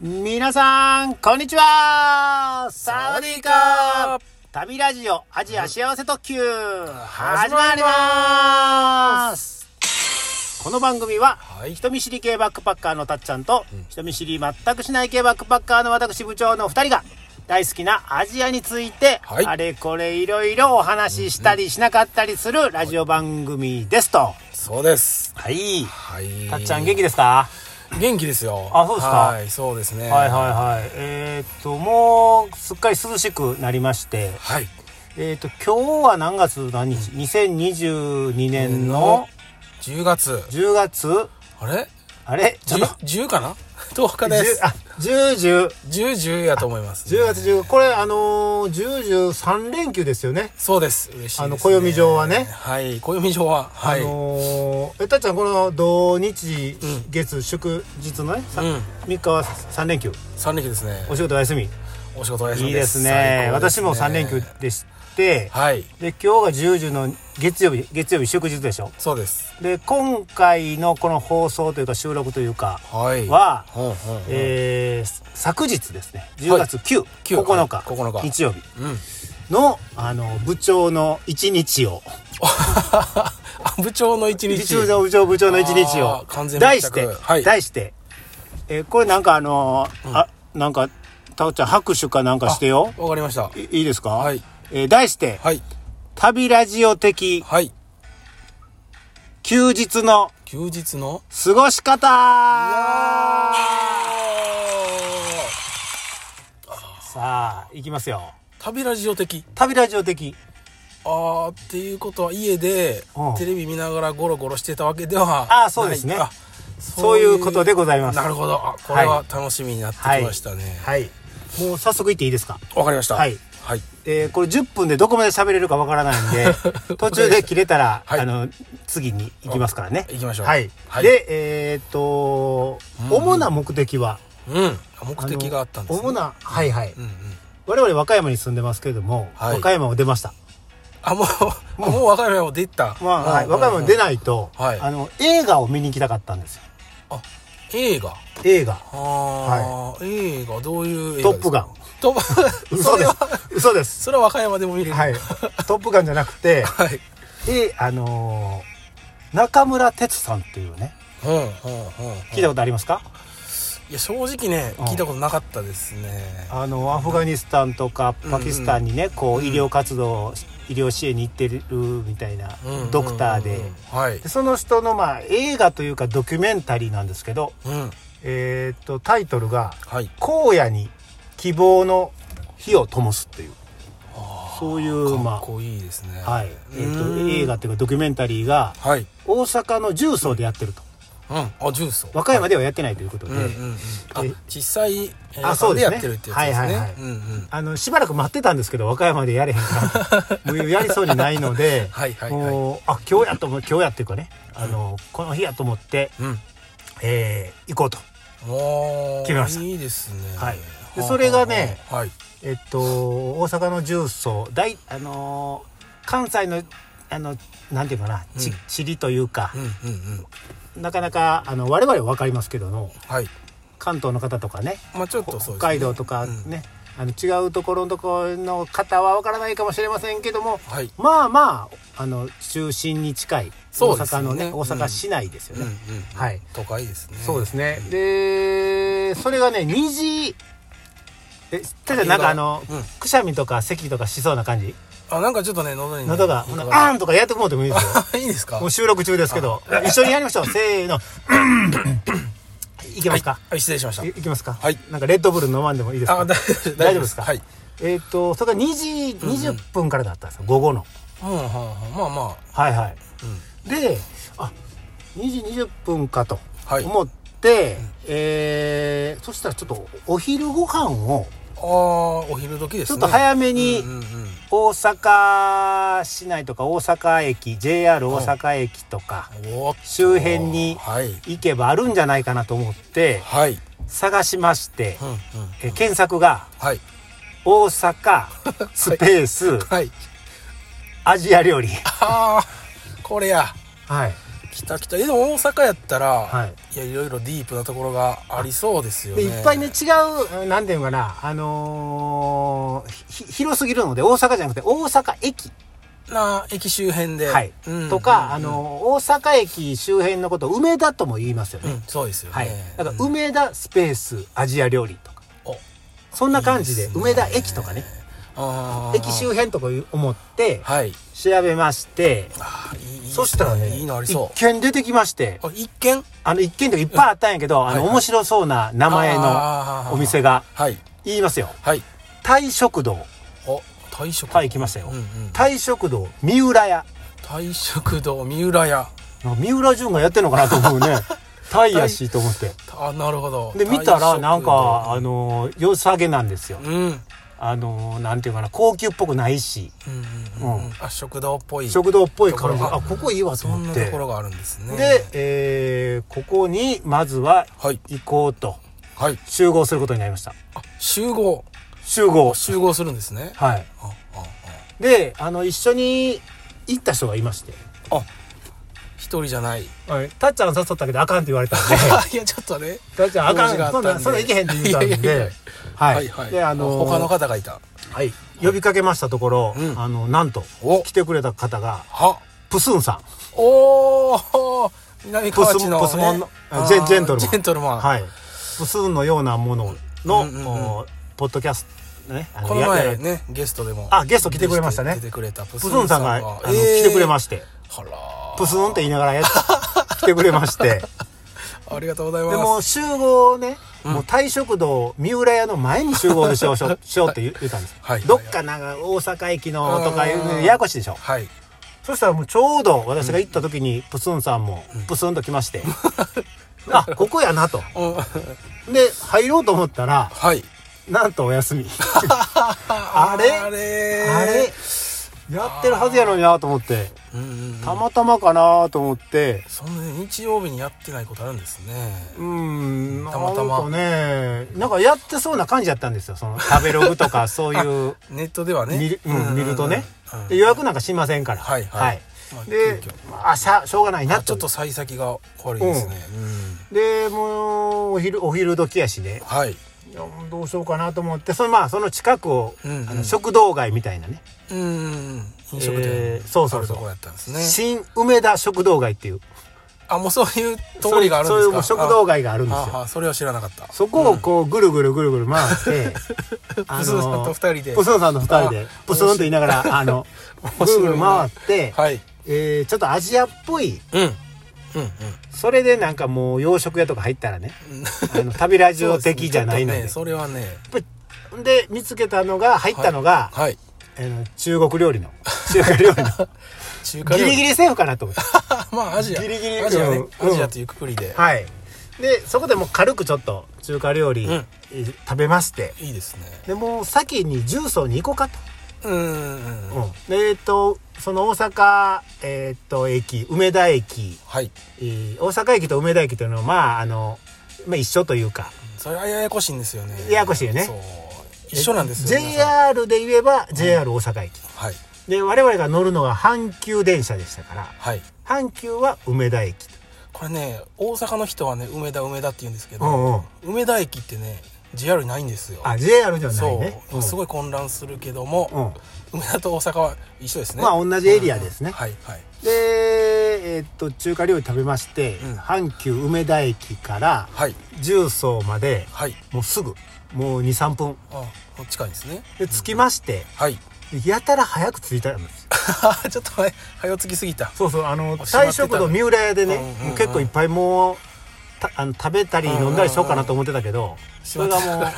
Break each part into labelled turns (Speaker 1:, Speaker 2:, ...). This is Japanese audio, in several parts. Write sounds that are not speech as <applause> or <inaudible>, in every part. Speaker 1: 皆さん、こんにちはサワディーカー旅ラジオアジア幸せ特急始まりますこの番組は、
Speaker 2: はい
Speaker 1: 人見知り系バックパッカーのたっちゃんと、人見知り全くしない系バックパッカーの私部長の二人が、大好きなアジアについて、
Speaker 2: はい
Speaker 1: あれこれいろいろお話ししたりしなかったりするラジオ番組ですと。
Speaker 2: そうです。
Speaker 1: はい。
Speaker 2: はい。
Speaker 1: たっちゃん元気ですか
Speaker 2: 元気ですよ。
Speaker 1: あそうですか
Speaker 2: はい、そうですね。
Speaker 1: はいはいはい。えーっと、もう、すっかり涼しくなりまして、
Speaker 2: はい。
Speaker 1: えーっと、今日は何月何日 ?2022 年の
Speaker 2: 10月。
Speaker 1: 10月
Speaker 2: あれ
Speaker 1: あれちょっと
Speaker 2: ?10、10かな <laughs> ?10 日です。
Speaker 1: 10、10、
Speaker 2: 10、10やと思います、
Speaker 1: 10月10これあのー、10、10、3連休ですよね。
Speaker 2: そうです。嬉しいです、ね。
Speaker 1: あの暦上はね
Speaker 2: はい。暦上は。はい。
Speaker 1: あのー、え、たっちゃん、この土日、月、祝日のね、
Speaker 2: うん
Speaker 1: 3日は3連休。
Speaker 2: 三連休ですね
Speaker 1: お。仕事お休み。
Speaker 2: お仕事お休
Speaker 1: い
Speaker 2: み
Speaker 1: い
Speaker 2: で。
Speaker 1: ですす
Speaker 2: 最
Speaker 1: ね。
Speaker 2: 高です
Speaker 1: 私
Speaker 2: ね
Speaker 1: も3連休。でして、
Speaker 2: はい。
Speaker 1: で今日が10時の月曜日月曜日祝日でしょ
Speaker 2: そうです。
Speaker 1: で今回のこの放送というか収録というか
Speaker 2: はい。
Speaker 1: は、
Speaker 2: うんうんうん
Speaker 1: えー昨日ですね10月9、
Speaker 2: 9
Speaker 1: 9日、
Speaker 2: はい9日
Speaker 1: 日曜日
Speaker 2: うん。
Speaker 1: のあの部長の一日を
Speaker 2: <laughs> あ部長の一日。
Speaker 1: 部長の部長部長の一日
Speaker 2: あ
Speaker 1: を
Speaker 2: ー完全
Speaker 1: 題
Speaker 2: 密
Speaker 1: し
Speaker 2: 着
Speaker 1: て、
Speaker 2: はい
Speaker 1: 題して、えーこれなんかあのーあなんかタオちゃん拍手かなんかしてよ
Speaker 2: わかりました。
Speaker 1: いいいですか、
Speaker 2: はい
Speaker 1: えー題して、
Speaker 2: はい。
Speaker 1: 旅ラジオ的
Speaker 2: はい。
Speaker 1: 休日の
Speaker 2: 休日の
Speaker 1: 過ごし方さあ、行きますよ。
Speaker 2: 旅ラジオ的
Speaker 1: 旅ラジオ的。
Speaker 2: あーっていうことは家で
Speaker 1: うん
Speaker 2: テレビ見ながらゴロゴロしてたわけでは
Speaker 1: あーそうですね
Speaker 2: ないあ
Speaker 1: そういうことでございます
Speaker 2: なるほどあこれは楽しみになってきましたねわ、
Speaker 1: はい。もう早速行っていいですか。
Speaker 2: かりました
Speaker 1: はい
Speaker 2: はい、
Speaker 1: えー、これ10分でどこまで喋れるかわからないん
Speaker 2: <laughs>
Speaker 1: で、途中で切れたら、
Speaker 2: はい
Speaker 1: あの、次に行きますからね。
Speaker 2: 行きましょう
Speaker 1: はい。
Speaker 2: はい
Speaker 1: で、えーっと、主な目的は、
Speaker 2: うんあ目的があったんです、ね、
Speaker 1: 主な、はいはい。
Speaker 2: うんうん
Speaker 1: 我々和歌山に住んでますけれども、
Speaker 2: はい
Speaker 1: 和歌山を出ました。
Speaker 2: あもうもう和歌山も出た、
Speaker 1: まあ、はい、和歌山を出ないと、
Speaker 2: はい
Speaker 1: あの、映画を見に行きたかったんですよ。
Speaker 2: あ映画
Speaker 1: 映画。
Speaker 2: あー、映画どういう映画ですか
Speaker 1: トップガン
Speaker 2: トップ <laughs>
Speaker 1: 嘘
Speaker 2: そ
Speaker 1: で
Speaker 2: れ
Speaker 1: す
Speaker 2: は。
Speaker 1: 嘘です。
Speaker 2: それは和歌山でも見れる
Speaker 1: はい。トップガンじゃなくて、
Speaker 2: はい
Speaker 1: で、あのー中村哲さんっていうね、
Speaker 2: うんうんうんうん
Speaker 1: 聞いたことありますか、
Speaker 2: いや正直ね
Speaker 1: うん
Speaker 2: 聞いたことなかったですね
Speaker 1: あの、アフガニスタンとかパキスタンにね、こう、医療活動、医療支援に行ってるみたいな
Speaker 2: うんうんうんうん
Speaker 1: ドクターで、
Speaker 2: はい
Speaker 1: でその人の、まあ、映画というかドキュメンタリーなんですけど、
Speaker 2: うん
Speaker 1: えーっと、タイトルが、
Speaker 2: はい
Speaker 1: 荒野に希望の火を灯すっていう、そういう、
Speaker 2: かっ
Speaker 1: まあ、
Speaker 2: こいいですね
Speaker 1: はい。えーっ
Speaker 2: う
Speaker 1: と、
Speaker 2: ん
Speaker 1: 映画というかドキュメンタリーが、
Speaker 2: はい
Speaker 1: 大阪の重曹でやってると
Speaker 2: うんあジュースを
Speaker 1: 和歌山ではやってないということで、
Speaker 2: うんうんうんあ
Speaker 1: え
Speaker 2: 実際
Speaker 1: あそう
Speaker 2: で
Speaker 1: です
Speaker 2: や
Speaker 1: ね
Speaker 2: ってるってやつです
Speaker 1: はい
Speaker 2: ね
Speaker 1: はいはい
Speaker 2: うんうん
Speaker 1: あのしばらく待ってたんですけど和歌山でやれへん
Speaker 2: <laughs>
Speaker 1: からもうやりそうにないので
Speaker 2: はいはいはい
Speaker 1: もうあ今日やと思う今日やっていうかねあのこの日やと思って、
Speaker 2: うん
Speaker 1: えー行こうと。
Speaker 2: おー
Speaker 1: 決めました
Speaker 2: いいですね
Speaker 1: はいで
Speaker 2: あ
Speaker 1: それがね
Speaker 2: ああはい
Speaker 1: えっと、大阪の重曹大あのー関西のあのなんていうかなち
Speaker 2: うん
Speaker 1: 地理というか
Speaker 2: う、んうんうん
Speaker 1: なかなかあの我々は分かりますけども
Speaker 2: はい
Speaker 1: 関東の方とかね
Speaker 2: まあちょっとそうです
Speaker 1: 北
Speaker 2: ね
Speaker 1: 海道とかね、あの違うところのところの方はわからないかもしれませんけども、
Speaker 2: はい
Speaker 1: まあまああの中心に近い
Speaker 2: そ
Speaker 1: 大
Speaker 2: うです
Speaker 1: 阪
Speaker 2: よね
Speaker 1: のね
Speaker 2: うん
Speaker 1: 大阪市内ですよ
Speaker 2: うんう
Speaker 1: ね、
Speaker 2: んうん
Speaker 1: はい
Speaker 2: 都会ですね
Speaker 1: そうですねでそれがね2時えただなんかあの、
Speaker 2: うん
Speaker 1: くしゃみとか咳とかしそうな感じ
Speaker 2: あなんかちょっとね喉にね
Speaker 1: 喉が「ほ
Speaker 2: 引っ
Speaker 1: な
Speaker 2: か
Speaker 1: あ
Speaker 2: か
Speaker 1: ん!」とかやってもうてもいい
Speaker 2: <laughs>
Speaker 1: ですよ
Speaker 2: るいいですか
Speaker 1: もう収録中ですけど一緒にやりましょうせー
Speaker 2: <laughs>
Speaker 1: のうんいけますか、
Speaker 2: はい失礼しました
Speaker 1: い、いきますか、
Speaker 2: はい
Speaker 1: なんかレッドブル飲まんでもいいですか
Speaker 2: <laughs> あ大
Speaker 1: 大丈夫ですか
Speaker 2: はい
Speaker 1: えっ、とそれが2時20分からだったんですよ、午後の
Speaker 2: うんうんうんまあま
Speaker 1: はいはい
Speaker 2: あうん
Speaker 1: であ2時20分かと
Speaker 2: はい
Speaker 1: 思って、えーそしたらちょっとお昼ご飯を
Speaker 2: ああお昼時です
Speaker 1: ち
Speaker 2: ね
Speaker 1: ょっと早めに
Speaker 2: うんうんうん
Speaker 1: 大阪市内とか大阪駅 JR 大阪駅とか
Speaker 2: おっと
Speaker 1: 周辺に
Speaker 2: はい
Speaker 1: 行けばあるんじゃないかなと思って
Speaker 2: はい
Speaker 1: 探しまして、
Speaker 2: うんうん
Speaker 1: え検索が
Speaker 2: はい
Speaker 1: 大阪スペース
Speaker 2: はい
Speaker 1: アジア料理
Speaker 2: ああこれや
Speaker 1: はい
Speaker 2: 来た来たえでも大阪やったら、、
Speaker 1: はい
Speaker 2: やいろいろディープなところがありそうですよね
Speaker 1: でいっぱいね違う何ていうのかなあのーひ広すぎるので大阪じゃなくて大阪駅、
Speaker 2: な駅周辺で、
Speaker 1: はい
Speaker 2: うん
Speaker 1: とか、あ
Speaker 2: うん
Speaker 1: のー大阪駅周辺のことを梅田とも言いますよ
Speaker 2: う
Speaker 1: ね、
Speaker 2: ん、そうですよね、
Speaker 1: はいだから
Speaker 2: うん
Speaker 1: 梅田スペースアジア料理とか
Speaker 2: お
Speaker 1: そんな感じで
Speaker 2: いいですね
Speaker 1: 梅田駅とかね
Speaker 2: あー
Speaker 1: 駅周辺とか思って
Speaker 2: はい
Speaker 1: 調べまして
Speaker 2: あーいいいいですね
Speaker 1: そしたらね
Speaker 2: いいのあり
Speaker 1: 一
Speaker 2: そう
Speaker 1: 見出てきまして
Speaker 2: あ一見
Speaker 1: あの一見とかいっぱいあったんやけどあの
Speaker 2: はいはい
Speaker 1: 面白そうな名前
Speaker 2: あ
Speaker 1: の
Speaker 2: ー
Speaker 1: お店が
Speaker 2: はい
Speaker 1: 言いますよ
Speaker 2: はい
Speaker 1: タイ食堂
Speaker 2: お退職
Speaker 1: タイ来ましたよ
Speaker 2: うんうん
Speaker 1: タイ食堂三浦屋
Speaker 2: 退職堂三浦屋
Speaker 1: なんか三浦淳がやってんのかなと思う
Speaker 2: <laughs>
Speaker 1: ねタイやしと思って
Speaker 2: あなるほど
Speaker 1: で見たらなんかあの
Speaker 2: の
Speaker 1: 良さげなんですよ
Speaker 2: うんうん
Speaker 1: あのなんていうかな高級っぽくないし
Speaker 2: うんうんあ食堂っぽい
Speaker 1: 食堂っぽい感じ
Speaker 2: ところが
Speaker 1: あここいいわと
Speaker 2: そん
Speaker 1: 思っ
Speaker 2: な
Speaker 1: て
Speaker 2: ところがあるんですね
Speaker 1: で、えーここにまずは
Speaker 2: はい
Speaker 1: 行こうと
Speaker 2: はい
Speaker 1: 集合することになりました
Speaker 2: あ集合
Speaker 1: 集合
Speaker 2: 集合するんですね
Speaker 1: はい
Speaker 2: ああ
Speaker 1: であの一緒に行った人がいまして
Speaker 2: ああ一人じゃないい
Speaker 1: たっちゃんが誘ったけどあかんって言われたんで
Speaker 2: <laughs> やちょっとね
Speaker 1: たっちゃんあかんそんなそんないけへんって言ったんで
Speaker 2: いやいやいや
Speaker 1: はい、
Speaker 2: はいはい
Speaker 1: であの
Speaker 2: 他の方がいた
Speaker 1: はい、呼びかけましたところ、
Speaker 2: うん
Speaker 1: あのなんと
Speaker 2: お
Speaker 1: 来てくれた方が
Speaker 2: は
Speaker 1: プスンさん
Speaker 2: おお南
Speaker 1: プ
Speaker 2: 河
Speaker 1: ス
Speaker 2: 内の、ね、
Speaker 1: プスモンのあジェンジェントルマン
Speaker 2: ジェントルマン、
Speaker 1: はい、プスンのようなものの、
Speaker 2: うんうんうん
Speaker 1: おポッドキャストねあの
Speaker 2: この
Speaker 1: やや
Speaker 2: 前
Speaker 1: る
Speaker 2: ねゲストでも
Speaker 1: あゲスト来てくれましたね
Speaker 2: 出てくれたプ
Speaker 1: プスンさんが、あの来てくれまして
Speaker 2: たあら
Speaker 1: プスンって言いながらやっ来てくれま
Speaker 2: <laughs>
Speaker 1: して
Speaker 2: ありがとうござい
Speaker 1: で
Speaker 2: ます
Speaker 1: もう集合ね、もう大食堂三浦屋の前に集合でしようしよ
Speaker 2: <laughs>
Speaker 1: うしようって言言ったんですよ、
Speaker 2: はいはい
Speaker 1: どっかなんか大阪駅のとかいうのややこしいでしょ
Speaker 2: はい
Speaker 1: そしたらもうちょうど私が行った時にプスンさんもプスンと来まして、
Speaker 2: <laughs>
Speaker 1: あここやなと
Speaker 2: うん
Speaker 1: で入ろうと思ったら
Speaker 2: <laughs> はい
Speaker 1: なんとお休みあれ
Speaker 2: あれ
Speaker 1: あれ <laughs> やってるはずやのになと思って
Speaker 2: うんうんうん
Speaker 1: たまたまかなと思って
Speaker 2: そんなね日曜日にやってないことあるんですね
Speaker 1: うん
Speaker 2: たまたま
Speaker 1: なんかねなんかやってそうな感じやったんですよその食べログと
Speaker 2: <laughs>
Speaker 1: かそういう
Speaker 2: ネットではね
Speaker 1: 見る,、うん見るとね、
Speaker 2: うん
Speaker 1: で予約なんかしませんから
Speaker 2: はいはいまあ
Speaker 1: で
Speaker 2: 急遽
Speaker 1: まあしゃしょうがないな
Speaker 2: あちょっと幸先が悪いですねうん
Speaker 1: でもうお昼お昼時やしね
Speaker 2: はい
Speaker 1: いやどうしようかなと思ってその,、まあ、その近くを、
Speaker 2: うんうん
Speaker 1: あの食堂街みたいなね
Speaker 2: うんうん飲食
Speaker 1: え
Speaker 2: 店
Speaker 1: ーそうそうそう
Speaker 2: あるとこやったんですね
Speaker 1: 新梅田食堂街っていう
Speaker 2: あもうそういう通りがあるんですか
Speaker 1: そういうそういうもう食堂街があるんですよ
Speaker 2: あああそれは知らなかった
Speaker 1: そこをこうぐるぐるぐるぐる回
Speaker 2: <laughs>
Speaker 1: って、あ
Speaker 2: プスンさんと二人で
Speaker 1: プスンさんと二人で
Speaker 2: あ
Speaker 1: プスンと言いながらあ
Speaker 2: <laughs>
Speaker 1: のぐ
Speaker 2: 面白
Speaker 1: る
Speaker 2: いな
Speaker 1: ぐる回って、
Speaker 2: はい
Speaker 1: えーちょっとアジアっぽい
Speaker 2: うんうんうん
Speaker 1: それでなんかもう洋食屋とか入ったらねあの旅ラジオ的じゃないので
Speaker 2: ね <laughs> それはね
Speaker 1: ぷで見つけたのが入ったのが、
Speaker 2: はい
Speaker 1: あの中国料理の <laughs> 中華料理の
Speaker 2: <laughs> 中華
Speaker 1: ギ
Speaker 2: 料
Speaker 1: リ
Speaker 2: 理
Speaker 1: ギリセーフかなと思って。
Speaker 2: <laughs> まあアジア
Speaker 1: ギリギリ
Speaker 2: アジアね
Speaker 1: うん
Speaker 2: アジアというくくりで
Speaker 1: はい。で、そこでもう軽くちょっと中華料理、
Speaker 2: うん
Speaker 1: えー食べまして。
Speaker 2: いいですね
Speaker 1: で、もう先に重曹に行こうかと。
Speaker 2: うんうん
Speaker 1: うんでえっ、と、その大阪、えっ、と、駅、梅田駅、
Speaker 2: はい
Speaker 1: えー大阪駅と梅田駅というのは、まあ、あの、まあ一緒というか、
Speaker 2: それはややこしいんですよね
Speaker 1: ややこしいよね
Speaker 2: そう一緒なんですよ皆さん
Speaker 1: JR で言えば JR 大阪駅。
Speaker 2: はい
Speaker 1: で、我々が乗るのが阪急電車でしたから、
Speaker 2: はい
Speaker 1: 阪急は梅田駅と。
Speaker 2: これね大阪の人はね梅田梅田って言うんですけ
Speaker 1: う
Speaker 2: ど
Speaker 1: んうん
Speaker 2: 梅田駅ってね JR にないんですよ
Speaker 1: あ、JR じゃないね。
Speaker 2: そうす
Speaker 1: い。
Speaker 2: ごい混乱するけども梅田と大阪は一緒ですね
Speaker 1: まあ、同じエリアですね。
Speaker 2: はいはい
Speaker 1: で、えっと中華料理食べまして、
Speaker 2: うん
Speaker 1: 阪急梅田駅から
Speaker 2: はい
Speaker 1: 重曹まで
Speaker 2: はい
Speaker 1: もうすぐもう23分
Speaker 2: あ近いですね
Speaker 1: で着きまして、
Speaker 2: はい
Speaker 1: やたら早く着いたんです
Speaker 2: <laughs> ちょっとは早つきすぎた
Speaker 1: そうそうあの
Speaker 2: 閉ま
Speaker 1: 大
Speaker 2: ってた
Speaker 1: 食堂三浦屋でね、
Speaker 2: うんうんうん
Speaker 1: もう結構いっぱいもうたあの食べたり飲んだりしようかなと思ってたけど、それがもう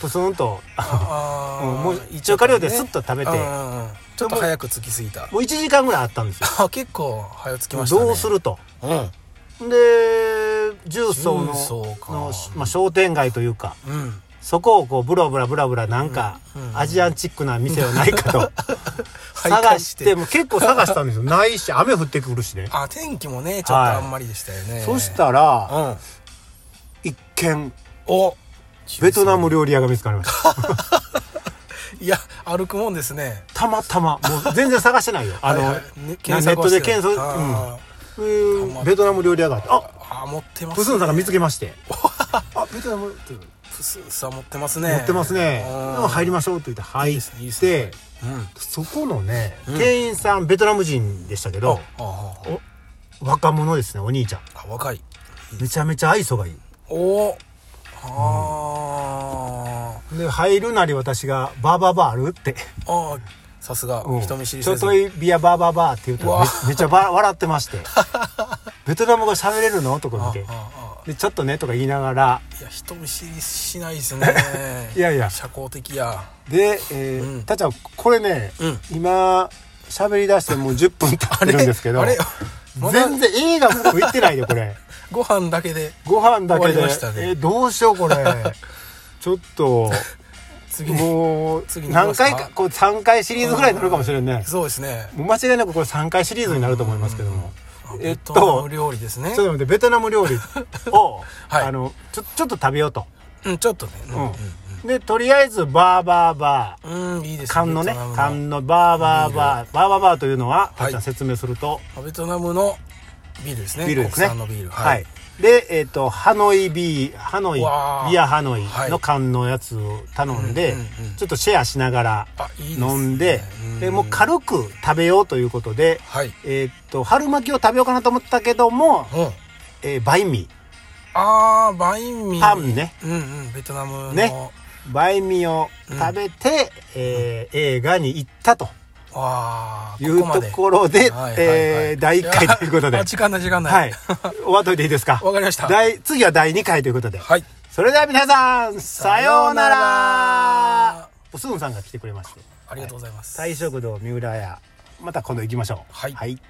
Speaker 1: プスンと
Speaker 2: あ
Speaker 1: うん
Speaker 2: ー
Speaker 1: もう
Speaker 2: 行っちゃ
Speaker 1: 中華
Speaker 2: ったね
Speaker 1: 料理ですっと食べて、
Speaker 2: うんうんうんちょっと早くつきすぎた
Speaker 1: も
Speaker 2: <laughs>
Speaker 1: う1時間ぐらいあったんですよ、
Speaker 2: あ結構早つきましたね
Speaker 1: どうすると
Speaker 2: うんうん
Speaker 1: で重曹の
Speaker 2: 重曹か
Speaker 1: の、まあ、商店街というか
Speaker 2: うん
Speaker 1: そこをこうブラブラブラブラなんか
Speaker 2: うんうん
Speaker 1: アジアンチックな店はないか
Speaker 2: <laughs>
Speaker 1: と探しても結構探したんですよないし雨降ってくるしね
Speaker 2: あ天気もねちょっと
Speaker 1: はい
Speaker 2: あんまりでしたよね
Speaker 1: そしたら
Speaker 2: うん
Speaker 1: 一見
Speaker 2: お
Speaker 1: ベトナム料理屋が見つかりました
Speaker 2: いや歩くもんですね
Speaker 1: たまたまもう全然探してないよあの
Speaker 2: <laughs> は
Speaker 1: な
Speaker 2: いはい
Speaker 1: ネ
Speaker 2: ね
Speaker 1: ットで検索
Speaker 2: あー
Speaker 1: うそういうベトナム料理屋があってあ
Speaker 2: あ持ってます
Speaker 1: プスンさんが見つけまして
Speaker 2: <laughs>
Speaker 1: あベトナムって
Speaker 2: プスンさん持ってますね
Speaker 1: 持ってますねで
Speaker 2: うん
Speaker 1: も入りましょうって言って入
Speaker 2: いい
Speaker 1: っ
Speaker 2: ですねいいです
Speaker 1: て
Speaker 2: ねうん
Speaker 1: そこのね店員さんベトナム人でしたけど
Speaker 2: ああ
Speaker 1: お若者ですねお兄ちゃん
Speaker 2: あ若い
Speaker 1: めちゃめちゃ愛想がいい
Speaker 2: おあ
Speaker 1: で入るなり私が「バーバーバーある?」って
Speaker 2: ーあーさすが人見知り
Speaker 1: ちょ
Speaker 2: せ
Speaker 1: っ
Speaker 2: ず
Speaker 1: といビアバーバーバーって言うと
Speaker 2: うわ
Speaker 1: めめっちゃば笑ってまして
Speaker 2: <laughs>
Speaker 1: ベトナム語喋れるのとか見て
Speaker 2: ああ
Speaker 1: でちょっとねとか言いながら
Speaker 2: いや人見知りしないですね
Speaker 1: <laughs> いやいや
Speaker 2: 社交的や
Speaker 1: で、えー
Speaker 2: うん
Speaker 1: たっちゃんこれね、
Speaker 2: うん
Speaker 1: 今喋り出してもう10分経ってるんですけど
Speaker 2: あれまだ
Speaker 1: 全然映画も行ってないでこ
Speaker 2: <laughs>
Speaker 1: れ
Speaker 2: ご飯だけで
Speaker 1: ご飯だけ
Speaker 2: 終わ
Speaker 1: で、
Speaker 2: りましたね
Speaker 1: えーどうしようこれちょっと
Speaker 2: 次に
Speaker 1: もう
Speaker 2: 次に行き
Speaker 1: 何
Speaker 2: ますか
Speaker 1: 回かこう3回シリーズぐらいになるかもしれんね
Speaker 2: そうですね
Speaker 1: もう間違いなくこれ3回シリーズになると思いますけども、
Speaker 2: あ
Speaker 1: え
Speaker 2: ベ
Speaker 1: っ
Speaker 2: トナ
Speaker 1: と
Speaker 2: ム料理ですね
Speaker 1: ちょっと待ってベトナム料理を、
Speaker 2: <laughs> はい
Speaker 1: あのちょちょっと食べようと、
Speaker 2: うんちょっとね
Speaker 1: うんでとりあえずバーバーバー
Speaker 2: うん、うんいいですね
Speaker 1: 缶のね
Speaker 2: ベトナム
Speaker 1: 缶のバーバーバーバーバーバーというのは、
Speaker 2: は
Speaker 1: たっ
Speaker 2: い
Speaker 1: ちゃん説明すると
Speaker 2: あベトナムのビールですね
Speaker 1: ビールですね
Speaker 2: 国産のビール
Speaker 1: はい、でえっ、とハノイビーハノイ
Speaker 2: うわー
Speaker 1: ビアハノイ
Speaker 2: はい
Speaker 1: の缶のやつを頼んで、
Speaker 2: うんうんうん
Speaker 1: ちょっとシェアしながら
Speaker 2: あいいですね
Speaker 1: 飲んで
Speaker 2: うん
Speaker 1: でもう軽く食べようということで、
Speaker 2: はい
Speaker 1: えっと春巻きを食べようかなと思ったけども、
Speaker 2: うん
Speaker 1: えーバインミ
Speaker 2: あーバイン
Speaker 1: ー
Speaker 2: ミー
Speaker 1: パンね
Speaker 2: うんうんベトナムの
Speaker 1: ねバインミーを食べて、えー映画に行ったと
Speaker 2: わあ
Speaker 1: い
Speaker 2: こ
Speaker 1: う
Speaker 2: こま
Speaker 1: と
Speaker 2: で
Speaker 1: ころで
Speaker 2: はいはいはい
Speaker 1: えー第1回ということで
Speaker 2: あ時間ない時間ない
Speaker 1: はい終わっといていいですか
Speaker 2: わかりました
Speaker 1: 第次は第2回ということで、
Speaker 2: <laughs> はい
Speaker 1: それでは皆さんさような
Speaker 2: さような
Speaker 1: ら
Speaker 2: ら
Speaker 1: おすんさんが来てくれまして
Speaker 2: ありがとうございます、
Speaker 1: 大食堂三浦屋また今度行きましょう
Speaker 2: はい
Speaker 1: はい